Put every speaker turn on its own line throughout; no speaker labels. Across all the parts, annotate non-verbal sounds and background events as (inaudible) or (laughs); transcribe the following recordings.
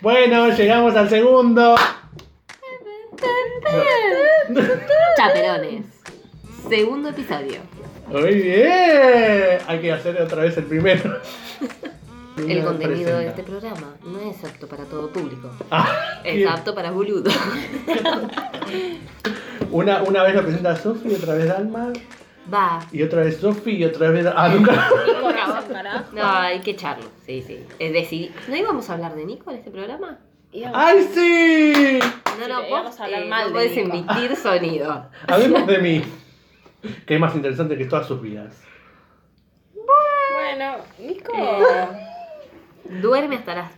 Bueno, llegamos al segundo.
Chaperones. Segundo episodio.
Muy bien. Hay que hacer otra vez el primero.
(laughs) El contenido de este programa no es apto para todo público. (laughs)
Ah,
Es
bien.
apto para boludo.
una, una vez lo presenta Sofi, otra vez Alma,
Va.
y otra vez Sofi, y otra vez. Ah, nunca.
(laughs) No, hay que echarlo. Sí, sí. Es decir, ¿no íbamos a hablar de Nico en este programa?
¡Ay, sí!
No,
Sí,
no, vos
íbamos a hablar
eh,
mal
no
de
podés
Nico. (laughs)
emitir sonido.
Hablemos de mí. Que es más interesante que todas sus vidas.
Bueno, Nico. (laughs)
Duerme hasta las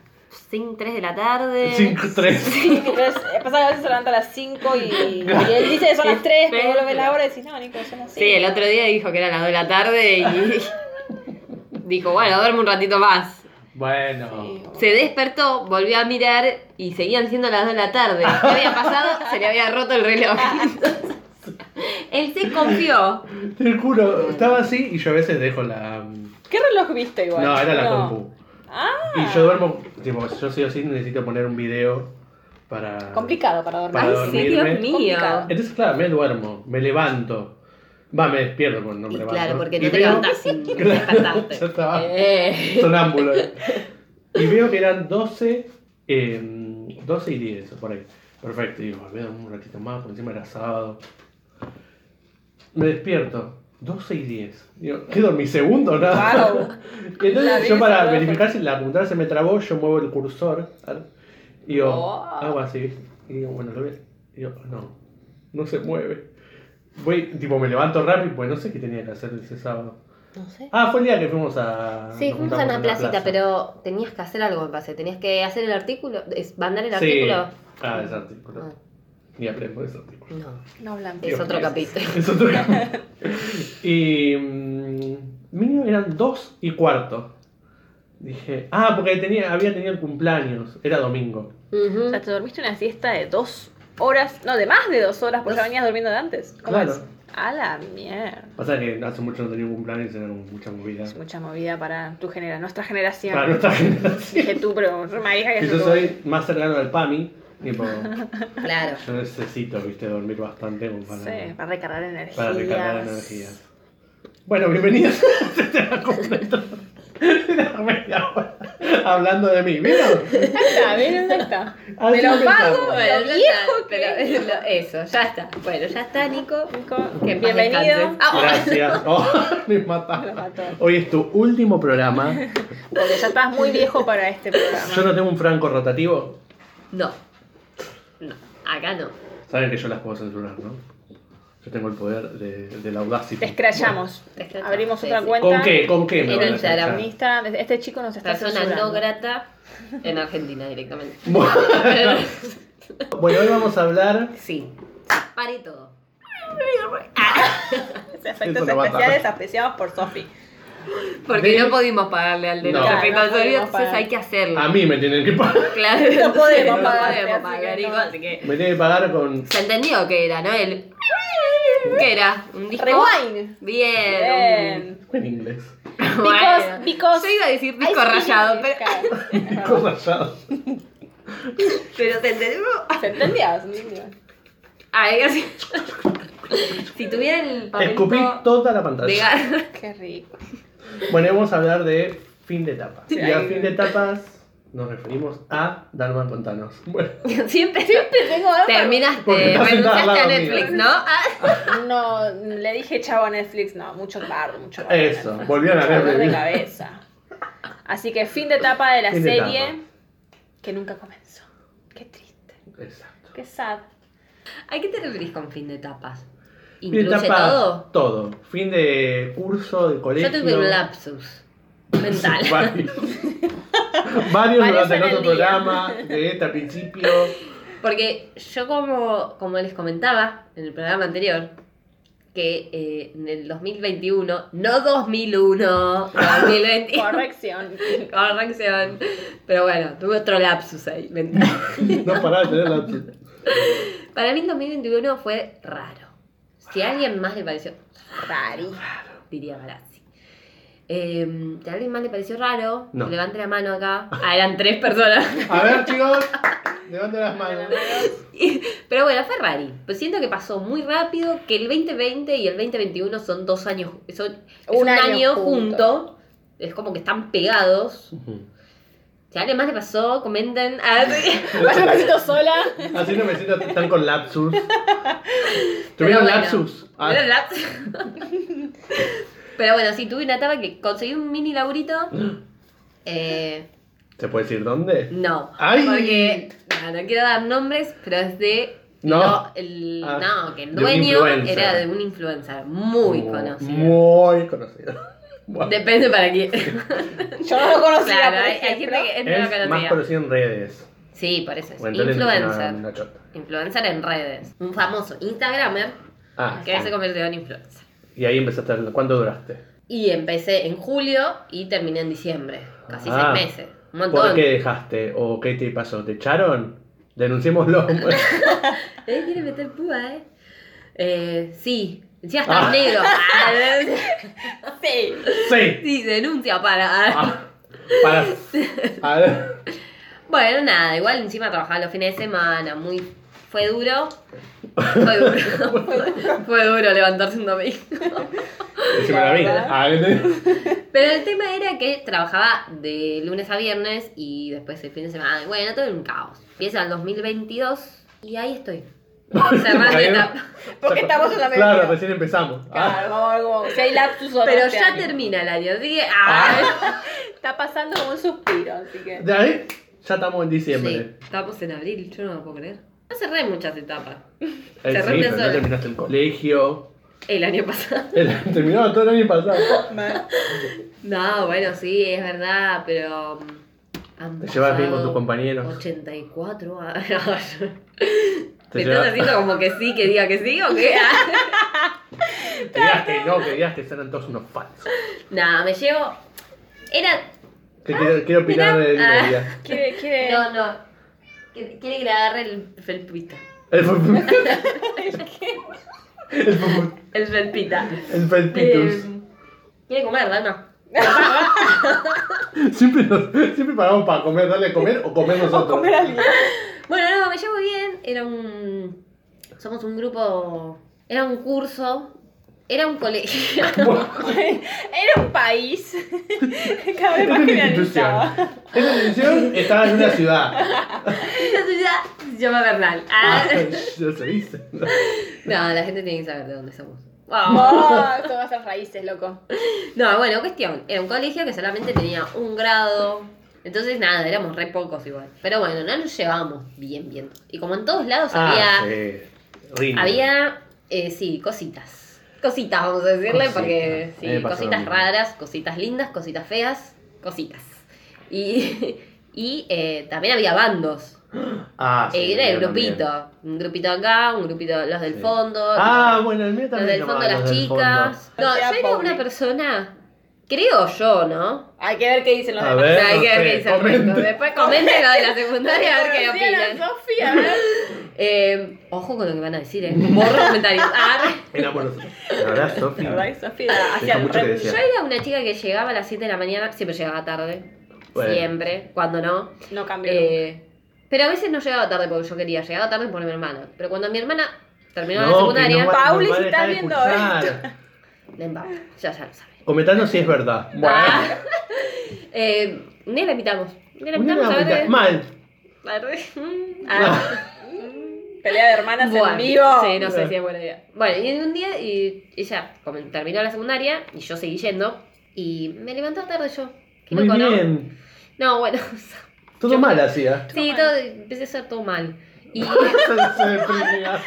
5, 3 de la tarde.
5-3.
Entonces, eh, pasa que a veces se levanta a las 5 y, y él dice que son las 3, pero vos lo ves la hora y decís, no, Nico, son las 5.
Sí, el otro día dijo que era las 2 de la tarde y dijo, bueno, duerme un ratito más.
Bueno.
Se despertó, volvió a mirar y seguían siendo las 2 de la tarde. ¿Qué había pasado? Se le había roto el reloj. (laughs) Entonces, él se confió.
Te juro, estaba así y yo a veces dejo la. mm,
¿Qué reloj viste igual?
No, era la compu.
Ah,
Y yo duermo, tipo, yo sí o sí necesito poner un video para.
complicado para dormir.
Para
Ay, sí,
dormirme.
Dios mío.
Complicado.
Entonces, claro, me duermo, me levanto. Va, me despierto porque no me
Y
levanto.
claro, porque
Y
no te
veo- (laughs)
levantás sin
Claro,
despertarte.
yo (laughs) estaba
(laughs) Eh.
sonámbulo. Y veo que eran 12, eh, 12 y 10, por ahí. Perfecto, y digo, voy a dormir un ratito más, porque encima era sábado. Me despierto, 12 y 10. Digo, ¿qué dormí? ¿Segundo o nada? (laughs) Y
Wow. La
Entonces yo
vida
para
se
verificar si la computadora se me trabó, yo muevo el cursor ¿sabes? y yo
Oh.
hago así, ¿viste? y digo, bueno, lo ves, y yo, no, no se mueve. Voy, tipo, me levanto rápido, pues no sé qué tenía que hacer ese sábado.
No sé.
Ah, fue el día que fuimos a...
Sí,
nos
fuimos
juntamos
a
en
una
la
placita,
plaza.
pero tenías que hacer algo, me parece. Tenías que hacer el artículo, es- mandar el
Sí.
artículo.
Ah, ese artículo.
Ah,
Ni aprendo ese artículo.
no,
No hablamos.
es
Dios
otro
mío.
capítulo.
(laughs) Es
(laughs)
otro capítulo. Y. mm, mínimo eran dos y cuarto. Dije. Ah, porque tenía, había tenido el cumpleaños. Era domingo.
O
Ujú.
sea, te dormiste una siesta de dos horas, no, de más de dos horas, porque ya venías durmiendo de antes. ¿Cómo
Claro.
es? A la mierda.
Pasa que hace mucho no tenía un cumpleaños, era mucha movida.
Es mucha movida para tu generación, nuestra generación.
Para nuestra
(laughs)
generación.
Dije tú, pero marija que
Que (laughs) yo
tú.
soy más cercano al PAMI.
(laughs)
Tipo, yo
Claro.
necesito, viste, dormir bastante como para,
Sí, para recargar energías.
para recargar energías. Bueno, bienvenidos a (laughs) este tema completo. Era media hora hablando de mí, ¿vieron?
Está, bien, ¿dónde está?
Así
Me lo
empezamos.
pago.
Bueno, ya
viejo
está,
que
pero- (laughs) lo- eso, ya está. Bueno, ya está, Nico.
Nico,
Que en paz
bienvenido.
descanses. Ah,
Gracias.
(laughs)
Oh, me
Me
mataste.
mató.
Hoy es tu último programa.
(laughs) Porque ya estás muy viejo para este programa.
Yo no tengo un franco rotativo.
No. No, acá no.
Saben que yo las puedo censurar, ¿no? Yo tengo el poder de, de la audacity.
Te escrachamos.
Te escrachamos,
Abrimos
sí,
otra
sí.
cuenta.
¿Con qué? ¿Con qué? me
En
van a escuchar?
Instagram.
En
(laughs)
Instagram, este chico nos está
Persona
censurando.
no grata en Argentina directamente. (laughs)
Bueno, hoy vamos a hablar.
Sí. Pare todo.
Efectos
Eso no va a
especiales apreciados por Sofi.
Porque
De-
no pudimos pagarle al de
No.
los
Claro,
efectos
no
al sonido,
podemos
entonces
pagar.
hay que hacerlo.
A mí me tienen que pagar.
Claro,
No podemos
no
pagar,
podemos
así que
pagar,
no.
Nico, así que-
(laughs) Me tienen que pagar con.
Se entendió que era, ¿no? El... ¿Qué era? ¿Un disco?
Rewind.
Bien.
Bien.
En inglés.
(laughs) Bueno.
Because- because-
Yo iba a decir
Ay,
disco
sí,
rayado,
sí,
pero,
(laughs)
claro.
Con rayado.
pero se entendió.
¿Se entendía? ¿Se entendía?
Ay, así. (laughs) Si tuviera el papel
Escupí toda la pantalla.
de gar-
Qué rico.
Bueno, vamos a hablar de fin de etapa.
Sí.
Y a fin de etapas nos referimos a Dalman Contanos. Bueno,
(laughs) Siempre,
Siempre tengo algo.
Porque
terminaste,
estás sentada al
renunciaste
lado
a
mío.
Netflix, ¿no? Ah,
No, le dije chavo a Netflix, no, mucho barro, mucho barro.
eso, volvieron a
Mucho dolor de
ver.
cabeza. Así que fin de etapa de la
Fin de
serie
etapa. de-
que nunca comenzó. Qué triste,
Exacto.
qué sad.
¿A qué te referís con fin de etapas?
Fin de
¿Incluye
etapa,
todo?
Todo. Fin de curso, de colegio.
Yo tuve un lapsus mental.
(laughs) Varios, Varios durante el
en el
otro
día.
programa, de este a principio.
(laughs) Porque yo como, como les comentaba en el programa anterior, que eh, en el 2021,
(laughs)
no 2001, 2021, (laughs)
Corrección.
corrección, pero bueno, tuve otro lapsus ahí. mental.
No paraba de tener lapsus.
Para mí el 2021 fue raro. Si a alguien más le pareció,
Rari.
diría Barazzi. Eh, ¿que ¿A alguien más le pareció raro?
No.
Levante la mano acá. Ah, eran tres personas. (laughs)
A ver, chicos, levanten las manos.
Y- Pero bueno, Ferrari. Pues siento que pasó muy rápido, que el 2020 y el 2021 son dos años, son es
Un
un,
año
año,
junto.
junto. Es como que están pegados. Si a alguien más le pasó, comenten. Ah, sí.
Vaya, me siento sola.
Así no me siento tan con
(laughs)
lapsus.
Pero
¿Tuvieron
bueno.
lapsus? (laughs) Ah,
Pero la- Pero bueno, sí, tuve una etapa que conseguí un mini
(gasps)
laurito. Eh,
¿Se puede decir dónde?
no.
¡Ay!
Porque no, no quiero dar nombres, pero es de.
No.
el-
Ah,
no, que el
de un
dueño
influencer.
era de un influencer muy
Mu-
conocido.
Muy
(laughs)
conocido. Bueno,
Depende
(laughs)
para quién.
Yo no lo conocía.
claro,
por
hay, hay
ejemplo.
gente que es medio
es más
conocida.
conocido en redes.
Sí, por eso es
Bueno, entonces le metieron
influencer.
una- ah, una chota.
Influencer en redes. Un famoso Instagramer
Ah,
que
sí.
se convirtió en influencer.
Y ahí empezaste. a- ¿Cuánto duraste?
Y empecé en julio y terminé en diciembre. Casi
Ah.
seis meses. Un
¿Por
montón.
qué dejaste? ¿O qué te pasó? ¿Te echaron?
(laughs)
Denunciémoslo.
Eh, quiere meter púa, eh. Eh, sí. Encima está
Ah. (laughs)
negro. Ah,
Sí.
sí.
sí, denuncia para.
Ah,
(laughs)
para. A ver.
Bueno, nada, igual encima trabajaba los fines de semana, muy. Fue duro. Fue duro. (laughs) Fue duro levantarse un domingo.
Encima la vi.
verdad.
Ah, ¿viste?
Pero el tema era que trabajaba de lunes a viernes y después el fin de semana. Bueno, todo era un caos. Empieza el 2022 y ahí estoy. Cerrando
Ahí no.
etapa.
Porque estamos en la media.
Claro, recién empezamos. Ah,
Claro, vamos a ver cómo. Si hay lapsus o no
Pero
este
ya
año.
termina el año. así que, ah.
(laughs) Está pasando como un suspiro, así que.
de ahí ya estamos en
Sí,
diciembre.
estamos en abril, yo no lo puedo creer. No cerré muchas etapas.
Eh,
Se
sí, pero
reemplazó.
no terminaste el colegio.
El año pasado.
(laughs) El- terminó todo el año pasado.
No, bueno, sí, es verdad, pero. mm, han
Te llevas bien con
pasado
tus compañeros.
84 (laughs) años. ¿Me
llevas-
estás
(laughs)
haciendo como que sí, que diga que sí o qué? (laughs) Ah.
Que digas que no, que digas que eran todos unos falsos.
Nada, me llevo. Era.
Que quiero, quiero opinar
mira.
de Lidia.
Quiere, quiere.
No, no. Quiere quiere que le agarre el felpita.
El
(laughs)
felpita. El, felpu-
El felpita.
el felpitus.
Eh, quiere comerla, no.
Siempre, nos- siempre pagamos para comer, darle a comer o
(laughs)
comer nosotros.
O comer a alguien.
Bueno, no, me llevo bien. Era un. Somos un grupo. Era un curso. Era un colegio. (laughs)
(laughs) Era un
(laughs)
país.
Esta
Cada vez más
es una institución.
generalizado.
Esta institución estaba en una ciudad.
Esa ciudad se llama Bernal. Ah.
Ah, (laughs) ya se dice.
No, la gente tiene que saber de dónde somos.
Oh, todas esas raíces, loco.
No, bueno, cuestión. Era un colegio que solamente tenía un grado. Entonces, nada, éramos re pocos igual. Pero bueno, no nos llevábamos bien, bien. Y como en todos lados
Ah,
había.
sí. Ringo.
Había, eh, sí, cositas. Cositas, vamos a decirle,
Cositas.
porque.
A mí me
Sí,
pasó lo
cositas
mismo.
raras, cositas lindas, cositas feas, cositas. Y. (laughs) Y eh, también había bandos.
Ah, sí.
Eh, era el
yo también.
grupito. Un grupito acá, un grupito los del
Sí.
fondo.
Ah, bueno, el mío
Los
también.
del
llamaba
fondo, las
los del fondo.
chicas. No,
Hacía
yo era
bowling.
una persona, creo yo, ¿no?
Hay que ver qué dicen los
A
demás.
O
ver,
(laughs)
sea, hay que
Eh, no
ver
sé,
qué dice el resto.
comenten.
Después comenten lo de la secundaria a ver qué
Conocían a
opinan.
Sofía, a (laughs) ver.
Eh, ojo con lo que van a decir, ¿eh? Borro comentarios.
(laughs)
Ah,
Éramos nosotros. La verdad, Sofi.
La verdad que Sofía hacía
mucho que
re-
yo
desear.
era una chica que llegaba a las 7 de la mañana, siempre llegaba tarde.
Bueno.
Siempre, cuando no.
No cambió.
Eh, pero a veces no llegaba tarde porque yo quería, llegaba tarde por mi hermana. Pero cuando mi hermana terminó la
que
secundaria,
no va-
Pauli,
no va a
si
dejar
estás
de
viendo
cursar.
la embargo, ya, ya lo saben.
Comentanos si es verdad.
Ah. (laughs) Eh, ni la invitamos. Ni
Una
la invitamos a
puta-
ver.
Mal.
A ver. mm, ah.
nunca. Pelea de hermanas
Bueno,
en vivo.
Sí, no sé si es buena idea. Bueno, y un día y ella como terminó la secundaria y yo seguí yendo y me levantó tarde yo. Qué
Muy
loco, ¿no?
bien.
No, bueno. (laughs)
Todo
Yo-
mal
(laughs)
hacía.
sí, todo, empecé a hacer todo mal. Y
Se deprimía.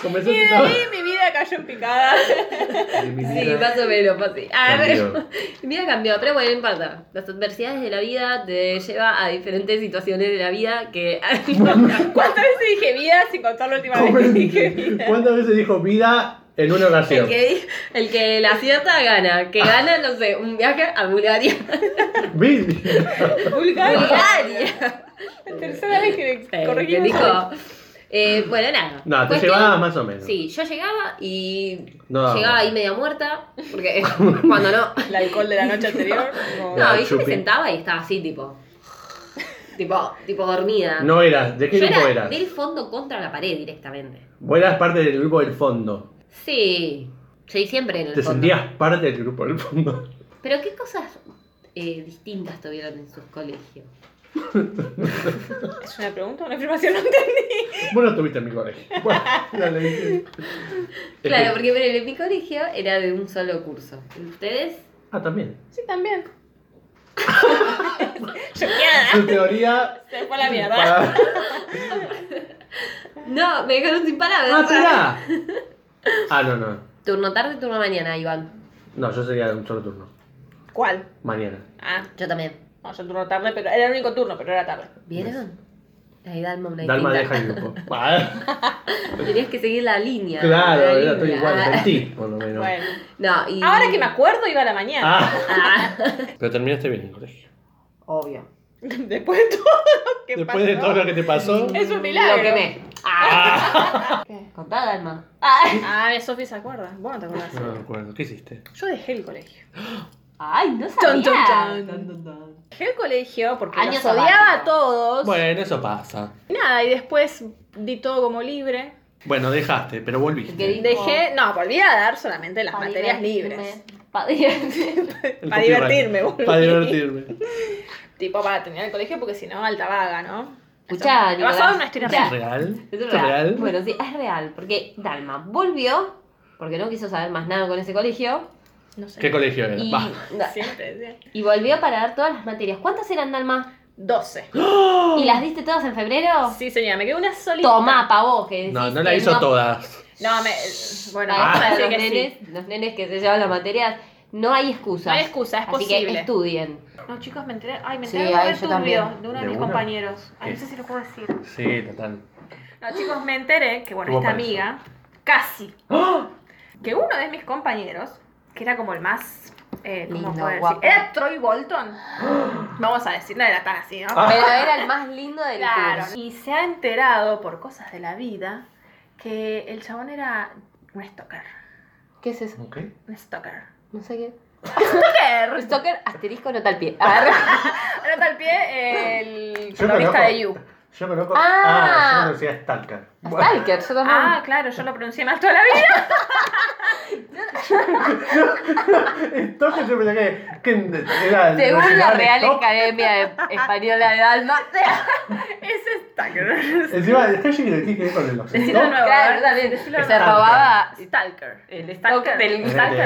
Comenzó
Y de
todo-
ahí mi vida cayó en picada.
(laughs) de mi
(laughs) Sí,
vida.
más o menos, fue así. A ver,
Cambió.
(laughs) mi vida cambió, pero bueno, no importa. Las adversidades de la vida te lleva a diferentes situaciones de la vida
(laughs)
que... (laughs)
¿Cuántas veces dije vida sin contar la última vez que dije
Comente. (laughs)
vida?
¿Cuántas veces dijo vida en una
El
oración?
que, el que la acierta gana, que gana, no sé, un viaje a Bulgaria.
Vida.
(laughs)
Bulgaria.
Bulgaria.
La tercera vez que
Eh,
corregí
que
un-
dijo, Eh, bueno, nada.
No, te
Cuestión-
llevaba más o menos.
Sí, yo llegaba y
No daba
llegaba
bola.
ahí media muerta,
(laughs)
porque cuando no...
El alcohol de la noche anterior. como-
No, y yo me
Chupi.
sentaba y estaba así, tipo... Tipo, tipo dormida.
No eras, ¿de qué
yo
grupo
era
eras?
del fondo contra la pared directamente.
Vos eras parte del grupo del fondo.
Sí, sí, siempre en el
Te
fondo.
sentías parte del grupo del fondo.
Pero ¿qué cosas eh, distintas tuvieron en sus colegios?
¿Es una pregunta o una afirmación? No
(laughs)
entendí.
Vos no estuviste en mi (laughs) colegio. Bueno, Este, dale. Es que-
Claro, porque bueno, en mi colegio era de un solo curso. ¿Y ustedes?
Ah, también.
Sí, (laughs) también. Choqueada.
Su teoría.
Se fue a la
(laughs)
mierda.
para-
No, me dejaron sin palabras.
Ah, será. Ah, no, no.
Turno tarde, turno mañana, Iván.
No, yo sería de un solo turno.
¿Cuál?
Mañana.
Ah,
Yo también.
no, yo turno tarde, pero era el único turno, pero era tarde.
¿Vieron? Ahí Dalma una
Dalma deja
distinta.
el
(laughs)
grupo. Ah,
Tenías que seguir la línea.
claro,
la
era estoy
línea.
igual, mentí, por lo menos.
Bueno.
No, y...
Ahora que me acuerdo, iba a la mañana.
(laughs)
Ah,
Ah,
pero terminaste bien el colegio.
obvio.
(laughs) Después de todo lo que
Después de
pasó.
todo lo que te (laughs) pasó.
Es un milagro.
Lo quemé. Ah. Contá, Dalma.
Ah, ah, Sofi se acuerda. Vos no te acordás.
No me acuerdo, ¿qué hiciste?
Yo dejé el colegio.
Ay, no sabía.
Ton, ton, ton. Dejé el colegio porque
Año
los odiaba
sabático.
a todos.
Bueno, eso pasa.
Y Nada, y después di todo como libre.
Bueno, dejaste, pero
Qué lindo.
volviste.
Dejé, no, volví a dar solamente las materias libres.
Pa' divertirme.
Para divertirme, boludo.
Para (laughs) divertirme.
Tipo para terminar el colegio porque si no, alta vaga, ¿no?
Escuchá,
Eso-
Nicolás.
Basado en una historia
Escuchá.
¿Es
real.
real?
(laughs) Es real. Bueno, sí, es real. Porque Dalma volvió, porque no quiso saber más nada con ese colegio.
No sé.
¿Qué colegio era?
Y,
Va.
Siempre, decía.
y volvió para dar todas las materias. ¿Cuántas eran, Dalma? (gasps)
12.
¿Y las diste todas en febrero?
Sí, señora, me quedó una solita.
Tomá, pa' vos, que
(gasps)
decís
No, no la
que
hizo Ah.
no-
todas.
No, me. Bueno,
Para
vamos a decir
Ah. los,
que
nenes,
sí.
los nenes que se llevan las materias, no hay excusa.
No hay excusa, es
Así que
(laughs)
posible.
estudien.
No, chicos, me enteré. Ay, me
Sí,
enteré de algo
ay,
re
yo
turbio
también.
de uno de,
¿De
mis
uno?
compañeros. Ay, no
¿Qué?
sé si lo puedo decir.
Sí, total.
No, chicos, me enteré que, bueno,
Tuvo
esta
para eso.
amiga, casi,
¡Ah!
que uno de mis compañeros, que era como el más. Eh, ¿Cómo
Lindo,
puedo decir?
guapo.
Era Troy Bolton. Vamos a decir, no era tan así, ¿no?
Ah.
Pero era el más lindo del
Claro.
curso.
Y se ha enterado, por cosas de la vida, que el chabón era un stalker.
¿Qué es eso?
Ok.
Un stalker.
No sé qué.
¡Stalker!
Stalker, asterisco, no tal pie. Ah,
Ahora tal pie el
Yo
protagonista
conozco-
de You.
Yo conozco.
Ah.
Ah, yo conocía a Stalker. (laughs)
Stalker, yo también.
Ah, claro, yo lo pronuncié mal toda la vida. (laughs)
Entonces yo pensé que, que era el
Según la
original de
Real
Top.
Academia de-
(laughs)
Española de Alma.
Es Stalker.
Encima, el Stalker tiene que ver con el los
Decilo de
Top.
nuevo.
Claro,
¿eh?
yo también.
Decilo de
Se
nuevo.
robaba
Stalker.
el stalker Eh, del
Es
stalker.
el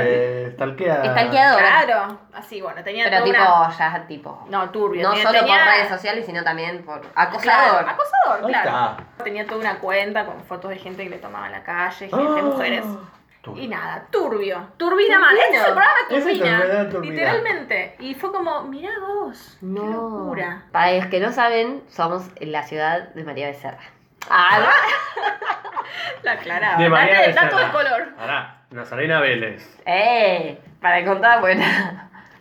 de Este, Stalkea.
Stalkeadora.
Claro. Así, bueno, tenía
Pero
toda
tipo,
una-
ya tipo.
No, turbio.
No
tenía-
solo por
tenía-
redes sociales, sino también por
Claro,
acosador.
acosador,
Ahí
claro.
está.
Tenía toda una cuenta con fotos de gente que le tomaba en la calle, gente,
Ah.
mujeres.
Tú.
Y nada, turbio. Turbina mal. Este es el programa
Ese es el
Turbina.
programa de Turbina.
Literalmente. Y fue como, mirá vos. Qué locura. (laughs)
Para los que no saben, somos en la ciudad de María Becerra. Ah,
La aclaraba.
De María
Date-
Becerra.
dato de color.
Pará, Nazarena Vélez.
(laughs) ¡Eh! Para contar, bueno.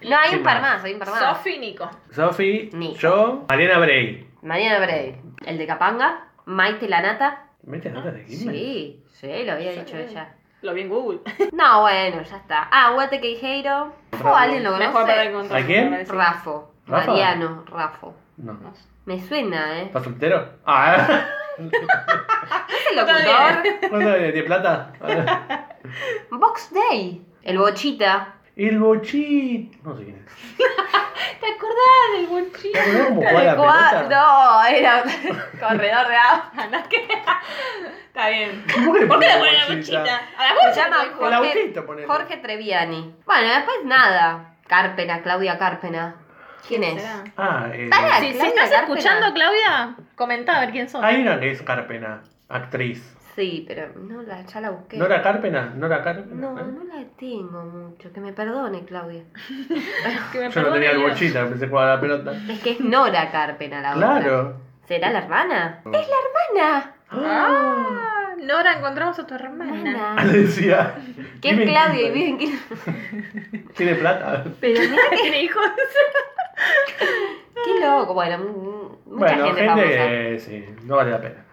No, hay un par más, hay un par más.
Sofi Nico.
Sofi,
Nico.
yo, Mariana Bray.
Mariana Brey, el de Capanga, Maite Lanata.
¿Mete notas de Gimli?
Sí, sí, lo había dicho ella.
Lo vi en Google.
No, bueno, ya está. Ah, Guate Queijeiro.
Bravo.
O alguien lo
Mejor para
conoce.
encontrar.
¿A quién?
para decir.
Rafo.
¿Rafa?
Mariano, Rafo.
No.
Me suena, ¿eh?
¿Estás soltero? Ah, ¿eh?
¿Es el
(laughs)
(laughs)
locutor?
¿cuánto de, de plata? Ah.
Box Day. El Bochita.
El bochito. No sé quién es.
¿Te acordás del
¿Te
Bochita?
acordás cómo jugaba la
Cua-
pelota?
No, era (laughs) corredor de agua.
Ah, No, que- (laughs) Está bien.
¿Por qué le
¿Por qué le
ponen
ponen la
bochita?
mochita? A la
Se
bolsa.
llama
Con la
Jorge,
autito, ponele.
Jorge Treviani. Bueno, después nada. Cárpena, Claudia Cárpena. ¿Quién es?
¿Será?
Ah, eh,
Pará.
Si, si
Claudia
estás
Carpena.
escuchando, Claudia, comenta a ver quién son.
hay una que es Carpena, actriz.
Sí, pero no la, ya la busqué.
¿Nora Carpena? ¿Nora Carpena? ¿Eh?
No, no la tengo mucho. Que me perdone, Claudia.
Que me
Yo no tenía el
perdone Dios.
bochita, pensé jugar a la pelota.
Es que es Nora Carpena la otra.
Claro.
¿Será la hermana? ¡Es la hermana!
Ah,
Ah, Nora, encontramos a tu hermana.
Hermana.
(laughs) le decía.
Que es
"Vive en
Claudia y
Quilmes".
vive en Quilmes.
Tiene plata.
Pero mira,
(laughs) ¿Tiene hijos?
qué loco. Bueno, mm, mucha
bueno,
gente,
gente,
famosa.
que sí, no vale la pena.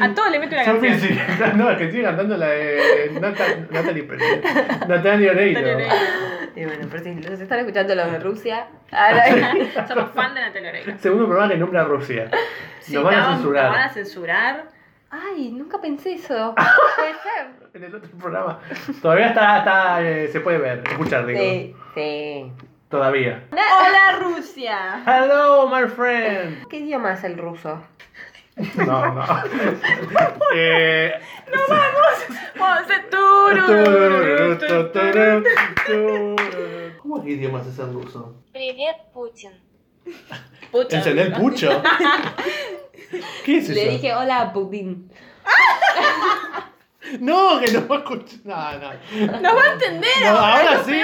A todos le meto una
Yo
canción.
pensé que- no, es que sigue cantando (laughs) la de Nata- Natalie Pérez. Natalia
Natalia
Oreiro.
Oreiro.
Y bueno, por si los están escuchando los de Rusia. ahora-
(laughs)
Somos fan de Natalia Oreiro.
Segundo programa que nombra a Rusia.
Sí,
Nos van a
no,
censurar.
nos van a censurar.
Ay, nunca pensé eso. Puede ser.
En el otro programa. Todavía está, está eh, se puede ver, escuchar, digo.
Sí, sí.
Todavía.
¡Hola, Rusia!
Hello, my friend.
¿Qué idioma es el ruso?
No, no. eh,
Vamos a hacer tururú, tururú, tururú.
¿Cómo que idiomas es el ruso?
Привет, Путин.
Pucha.
¿Encendé el pucho? ¿Qué es eso?
Le dije hola a Putin.
No, que no va a escuchar. No, no.
¡No va a entender!
No, ahora sí.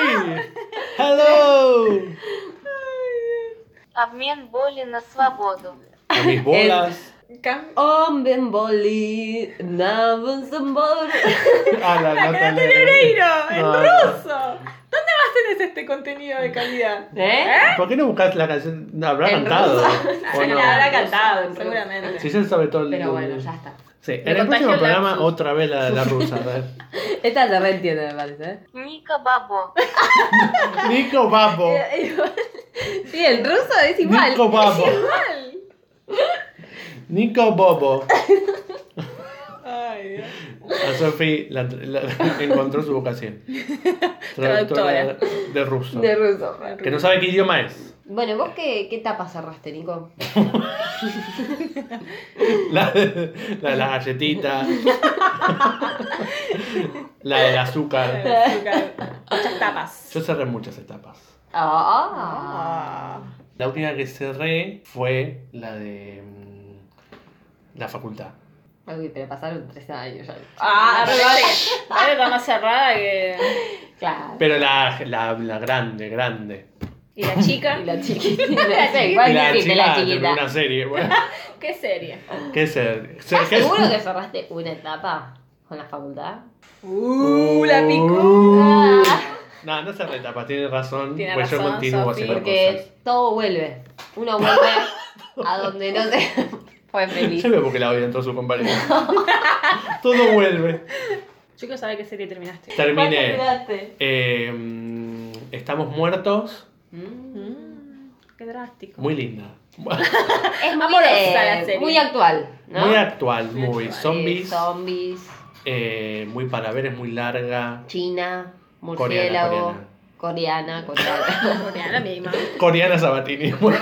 Hello.
Обмен боли на свободу.
Con mis bolas.
Cam-
Hombre en boli, nabo en zambor.
Ah, la
¡La
nota.
Natalia Oreiro! ¡En
No, no.
ruso! ¿Dónde más tenés este contenido de calidad?
¿Eh?
¿Por qué no buscas la canción? No, habrá
En
cantado. ¿o
Se
no?
la habrá cantado,
Ruso.
seguramente.
Si ya sabe todo el
Pero bueno, ya está.
Sí, en
Me
el próximo
contagió el
programa
lapsus.
otra vez la, la rusa. ¿verdad?
Esta se reentiende, me parece. ¿eh?
Ника Бабо.
Nico Babo.
Eh. (laughs) Sí, el ruso (laughs) es igual.
Nico Babo. Nico Bobo.
Ay, Dios.
A Sofi la- la- encontró su vocación.
Traductora.
de ruso.
De ruso.
Que no sabe qué idioma es.
Bueno, ¿vos qué, qué tapa cerraste, Nico?
La de la, la galletita. la del azúcar.
Azúcar. Muchas tapas.
Yo cerré muchas etapas.
Ah.
Ah.
La última que cerré fue la de mm, la facultad.
Uy, pero pasaron tres años ya.
Ah, re vale. Vale, está más cerrada que.
Claro.
Pero la, la, la grande, grande.
¿Y la chica?
Y la chiquita. (laughs) Sí,
Y
igual
la
dijiste la
chica de
chiquita.
una serie. Bueno,
¿Qué serie?
¿Qué es el- se-
¿Estás
qué es-
seguro que cerraste una etapa con la facultad?
Uh, la picó.
Uh.
Ah.
No, no cerré etapa, tienes razón.
Tiene
pues yo
razón,
continúo
Sofi.
haciendo
Porque
cosas.
todo vuelve. Uno vuelve a donde no se fue feliz.
Ya veo por qué la orientó su compañero.
(laughs)
Todo vuelve.
Yo quiero saber qué serie terminaste.
Terminé.
miraste?
eh, mm, estamos muertos.
Mm, qué drástico.
Muy linda.
Es muy,
Amorosa
de-
la serie.
muy actual, ¿no? Eh,
Muy actual,
Muy
muy
actual.
zombies.
Zombies,
eh, muy para ver, es muy larga.
China,
Coreana,
murciélago, coreana, (laughs) coreana.
Coreana misma. (laughs)
Coreana Sabatini. (laughs) Bueno,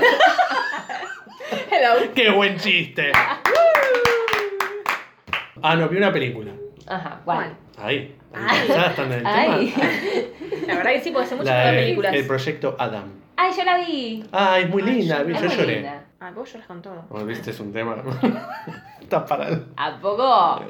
Hello.
¡Qué buen
(laughs)
chiste! Ah, no, vi una película.
Ajá, ¿cuál?
Ahí.
Ay.
Ya están en el
Ay.
tema.
La verdad que sí, porque hace mucho
La
que no
de-
veo películas.
el proyecto Adam.
Ay, yo la vi.
Ah, es muy
Ay,
linda,
yo-
vi-
Es
yo
muy
lloré.
linda.
Ah, vos lloras con todo.
Bueno, viste, es un tema. (laughs) Está parado.
¿A poco?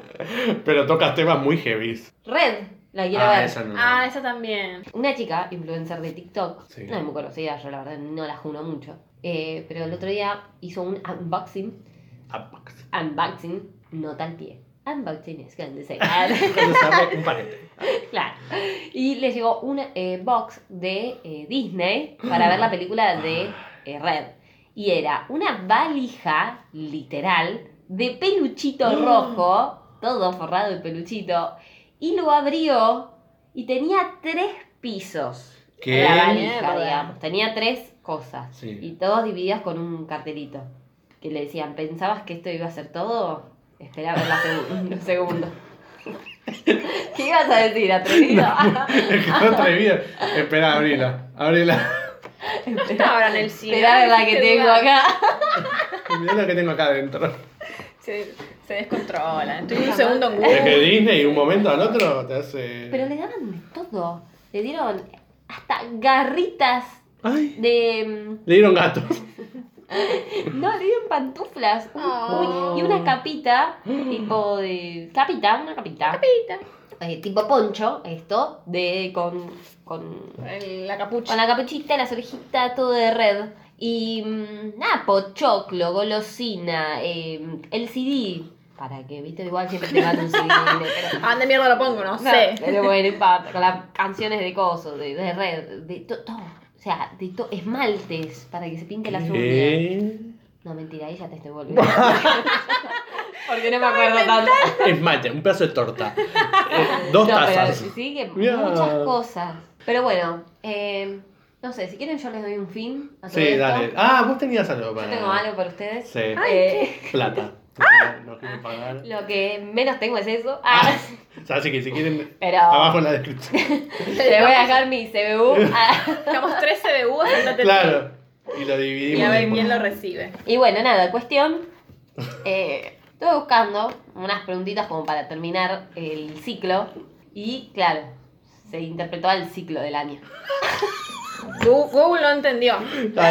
Pero tocas temas muy heavy.
Red, la quiero
ah,
ver.
esa no.
Ah, esa también.
Una chica, influencer de TikTok,
Sí.
no es muy conocida, yo la verdad no la juno mucho, eh, pero el otro día hizo un unboxing,
(laughs) Unbox.
unboxing, nota al pie. Unboxing es grande, se
Cuando se abre un paquete.
(laughs) claro. Y le llegó una eh, box de eh, Disney para ver la película de eh, Red. Y era una valija, literal, de peluchito rojo, todo forrado de peluchito, y lo abrió y tenía tres pisos.
¿Qué?
La valija,
Mierda.
digamos. Tenía tres cosas.
Sí.
Y todos divididas con un cartelito. Que le decían, ¿pensabas que esto iba a ser todo? Espera a ver la segu- (laughs) un segundo. ¿Qué ibas a decir, atrevido? (laughs)
(laughs) Es que no atrevida. Espera, abrila. Abrila. (laughs)
Está ahora en el cine.
Espera a ver la
Ay,
que
qué
tengo
lugar.
acá.
Mirá lo que tengo acá adentro.
Se, se descontrola. Estoy un segundo en
Es que
Google.
Disney, de un momento al otro, te hace.
Pero le daban de todo. Le dieron hasta garritas
Ay.
de... mm,
Le dieron
(laughs)
gatos.
No, le dieron pantuflas. Un-
Oh.
un- y una capita, tipo de... Capita, una capita. Eh, tipo poncho, esto, de con... con
El- La capucha.
Con la capuchita, las orejitas, todo de red. Y mm, nada, pochoclo, golosina, eh, el CD. Para que, viste, igual siempre te mando un
(laughs)
CD. pero-
¿A Ah, dónde mierda lo pongo? No,
No,
sé.
Pero bueno, no importa, con las canciones de coso, de, de red, de to- todo. O sea, de to-
Eh,
esmaltes para que se pinte las uñas.
¿Qué?
(laughs)
No, mentira, ahí ya te estoy volviendo. (laughs) Porque no me acuerdo tanto.
Es mate, un pedazo de
(laughs)
torta. Eh, dos
No, pero
tazas.
sí, que
Mirá.
muchas cosas. Pero bueno, eh, no sé, si quieren yo les doy un fin a todo
Sí,
esto.
dale. Ah, vos tenías algo
Yo
para.
tengo algo Ah. para ustedes.
Sí,
Eh, (laughs)
plata. No quiero pagar.
lo que menos tengo es eso. Ah,
O sea, así que si quieren,
(laughs) pero
abajo en la
(laughs)
descripción.
le voy a dejar mi CBU. Ah,
Estamos 13 de búhos andate
Claro. Y lo
tú.
dividimos.
Y a ver
después.
quién lo recibe.
Y bueno, nada, cuestión. eh, estuve buscando unas preguntitas como para terminar el ciclo. Y claro, se interpretó al ciclo del año.
Gu- Google no entendió.
Ah,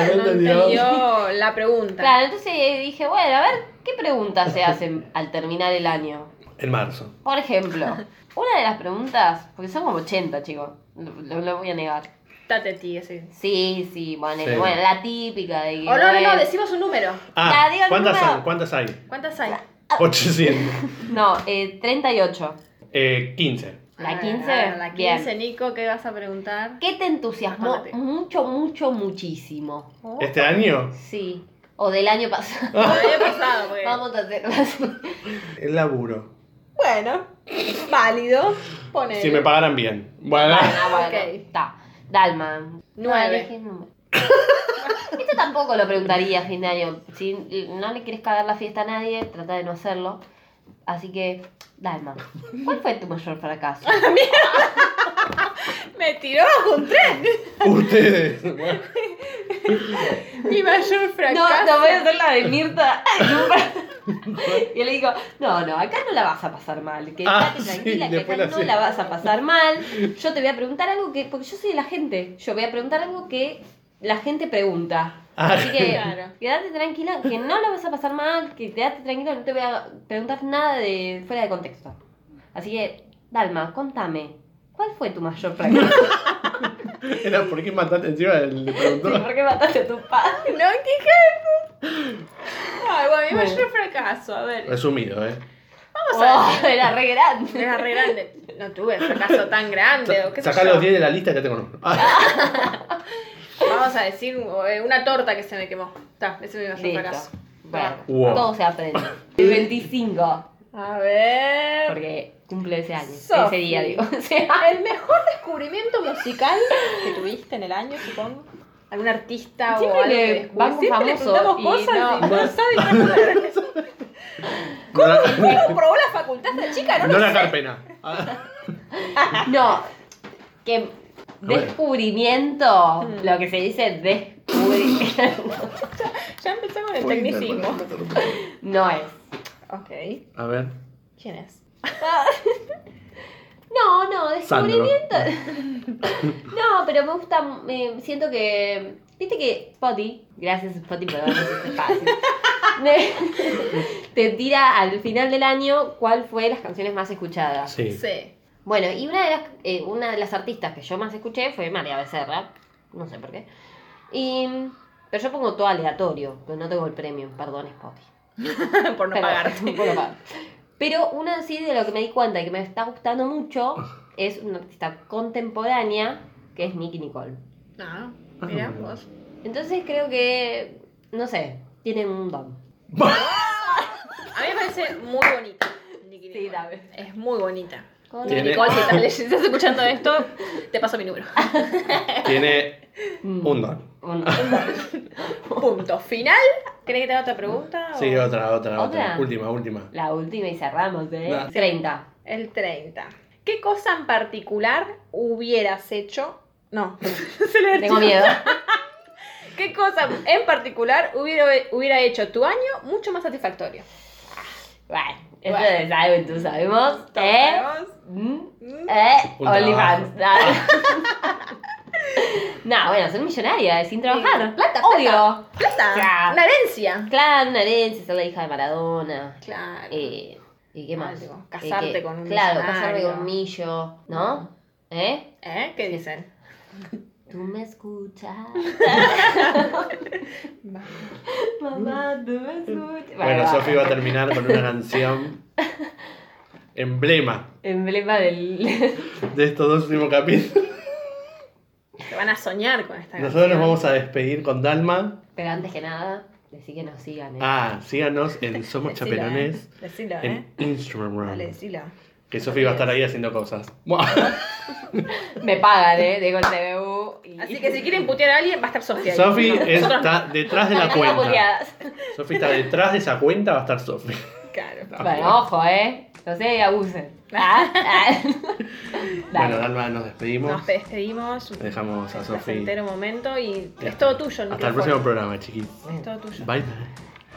no entendió.
entendió la pregunta.
Claro, entonces dije, bueno, a ver, ¿qué preguntas se hacen al terminar el año?
En marzo.
Por
(laughs)
ejemplo, una de las preguntas, porque son como 80, chicos, lo, lo- lo voy a negar.
Tate tía, sí.
Sí, sí, ponele,
Sí.
bueno, la típica de que.
O Oh, no, no, no,
bueno,
decimos un número.
Ah,
Ya, digo Ah. el
¿cuántas
número.
hay? ¿Cuántas hay?
¿Cuántas hay?
800.
No, eh, 38.
Eh, 15.
¿La
Ah,
15?
la 15,
Bien.
Nico, ¿qué vas a preguntar?
¿Qué te entusiasmó
Bájate.
mucho, mucho, muchísimo?
Oh.
¿Este año?
Sí. O del año
(laughs)
pasado.
Lo había pasado, pues. porque-
Vamos a hacerlo
(laughs)
así.
El laburo.
Bueno, válido. Pone.
Si me pagaran bien. Bueno.
Ah, bueno,
Ok.
está. Dalma.
Nueve.
No, elegí el número. (laughs) Esto tampoco lo preguntaría a fin de año. Si no le quieres cagar la fiesta a nadie, trata de no hacerlo. Así que, Dalma, ¿cuál fue tu mayor fracaso?
me tiró bajo un
(laughs)
tren.
Ustedes. Bueno.
Mi mayor
No,
fracaso.
no voy a hacer la de Mirta. (laughs) Y le digo, no, no, acá no la vas a pasar mal. Que
Ah,
estate
sí,
tranquila, que acá
después la
no
hacía.
la vas a pasar mal. Yo te voy a preguntar algo que. Porque yo soy de la gente. Yo voy a preguntar algo que la gente pregunta.
Ah,
Así que
Claro.
quédate tranquila, que no la vas a pasar mal, que quédate tranquila, no te voy a preguntar nada de fuera de contexto. Así que, Dalma, contame, ¿cuál fue tu mayor
(laughs)
fracaso?
Ah, (laughs) Era por qué mataste encima del le
Sí,
preguntó.
¿Por qué mataste a tu padre?
No, qué jefe.
Ah,
Ay, bueno, mi
Bueno.
mayor fracaso. A ver.
Resumido, ¿eh?
Vamos a ver.
Oh, era re grande.
Era re grande. No tuve fracaso tan grande. o qué sé
Sacá
yo.
los 10 de la lista que tengo. los- Ah, (laughs)
Vamos a decir eh, una torta que se me quemó. Está, ese es mi mayor
Listo.
fracaso.
Bueno,
Wow.
todo se aprende. El 25,
A ver.
porque cumple ese año, ese
Sofi.
día, digo. (laughs) O sea,
El mejor descubrimiento musical que tuviste en el año, supongo. ¿Algún artista o
Siempre
algo
le
que descubrí?
van con
Siempre le
famosos
preguntamos
y
cosas
no-
y no sabe (laughs) qué hacer.
No,
¿Cómo probó la facultad esta chica?
(laughs)
No,
no
lo
la
sé.
carpena. Ah,
no, que
Bueno.
descubrimiento,
Mm.
lo que se dice descubrimiento,
Ya empezó con el
voy a
tecnicismo.
interpretar.
no es.
Ok.
A ver.
¿Quién es?
No, no,
Sandro.
descubrimiento. (laughs) no, pero me gusta, eh, siento que. Viste que Spotty, gracias Spotty por darnos este espacio. me- te tira al final del año cuál fue las canciones más escuchadas.
Sí.
Sí.
Bueno, y una de las eh, una de las artistas que yo más escuché fue María Becerra, no sé por qué. Y pero yo pongo todo aleatorio, pues no tengo el premium, perdón Spotty.
(laughs) Por no
Pero- (laughs)
pagar.
por no pagar. Pero una sí de lo que me di cuenta y que me está gustando mucho es una artista contemporánea que es Nicky Nicole.
No, mira
Ah.
vos.
Entonces creo que, no sé, tienen un don.
A mí me parece muy bonita. Nicki
Sí,
Nicole.
dame.
Es muy bonita.
Con-
Tiene-
Nicole, si estás, si estás escuchando esto, te paso
(laughs)
mi número.
Tiene
Mm,
un don.
un-
Punto final. ¿Crees que te haga otra pregunta? o-
Sí, otra, otra,
¿Otra?
otra. Última, última.
La última y cerramos, ¿eh?
No.
30.
El 30. ¿Qué cosa en particular hubieras hecho? No,
(laughs)
se le
Tengo (laughs) miedo.
¿Qué cosa en particular hubiera, hubiera hecho tu año mucho más satisfactorio?
Bueno, eso
Bueno.
es algo que tú sabemos. ¿Eh? Mm, ¿Eh?
Un (laughs)
OnlyFans. (laughs) No, bueno, ser millonaria, sin trabajar. Plata, obvio.
Plata.
Claro.
Una herencia.
Claro, una herencia, ser la hija de Maradona.
Claro.
Eh, ¿Y qué más?
Algo, Ah, casarte
Eh, que-
con un
Claro,
millonario.
casarme con un millo, ¿no? ¿Eh?
¿Eh? ¿Qué dicen?
Tú me
(laughs)
escuchas.
Va.
Mamá, tú me escuchas.
Bueno,
va.
Sofi va a terminar con una canción emblema
Emblema
(laughs)
del.
de estos dos últimos capítulos.
Se van a soñar con esta
Nosotros nos
canción.
vamos a despedir con Dalma.
Pero antes que nada, Decí que nos sigan. eh.
Ah, síganos en Somos
Decilo,
Chaperones,
eh. Decilo,
en
¿eh?
Instagram.
Dale, decilo.
Que Sofi va a estar ahí haciendo cosas. Buah.
Me pagan, ¿eh? Digo el TVU. y-
Así que si quieren
(laughs)
putear a alguien, va a estar Sofía. ahí.
Sofi
No, nosotros
está detrás de la
Las
cuenta.
puteadas.
Sofi está detrás de esa cuenta, va a estar Sofi.
no. Claro.
Ah.
Bueno, ojo, ¿eh? No sé, abusen.
(laughs)
Ah, ah. Dale.
Bueno, Dalma, nos despedimos.
Nos despedimos.
Le dejamos a
Un
Sofi.
placentero momento y es todo
Hasta
tuyo.
el
micrófono.
próximo programa, chiquis.
Es todo tuyo.
Bye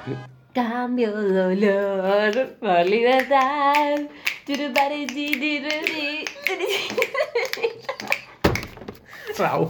bye.
Cambio dolor por libertad. Churubari, chi, chi, chi, chi.
Chao.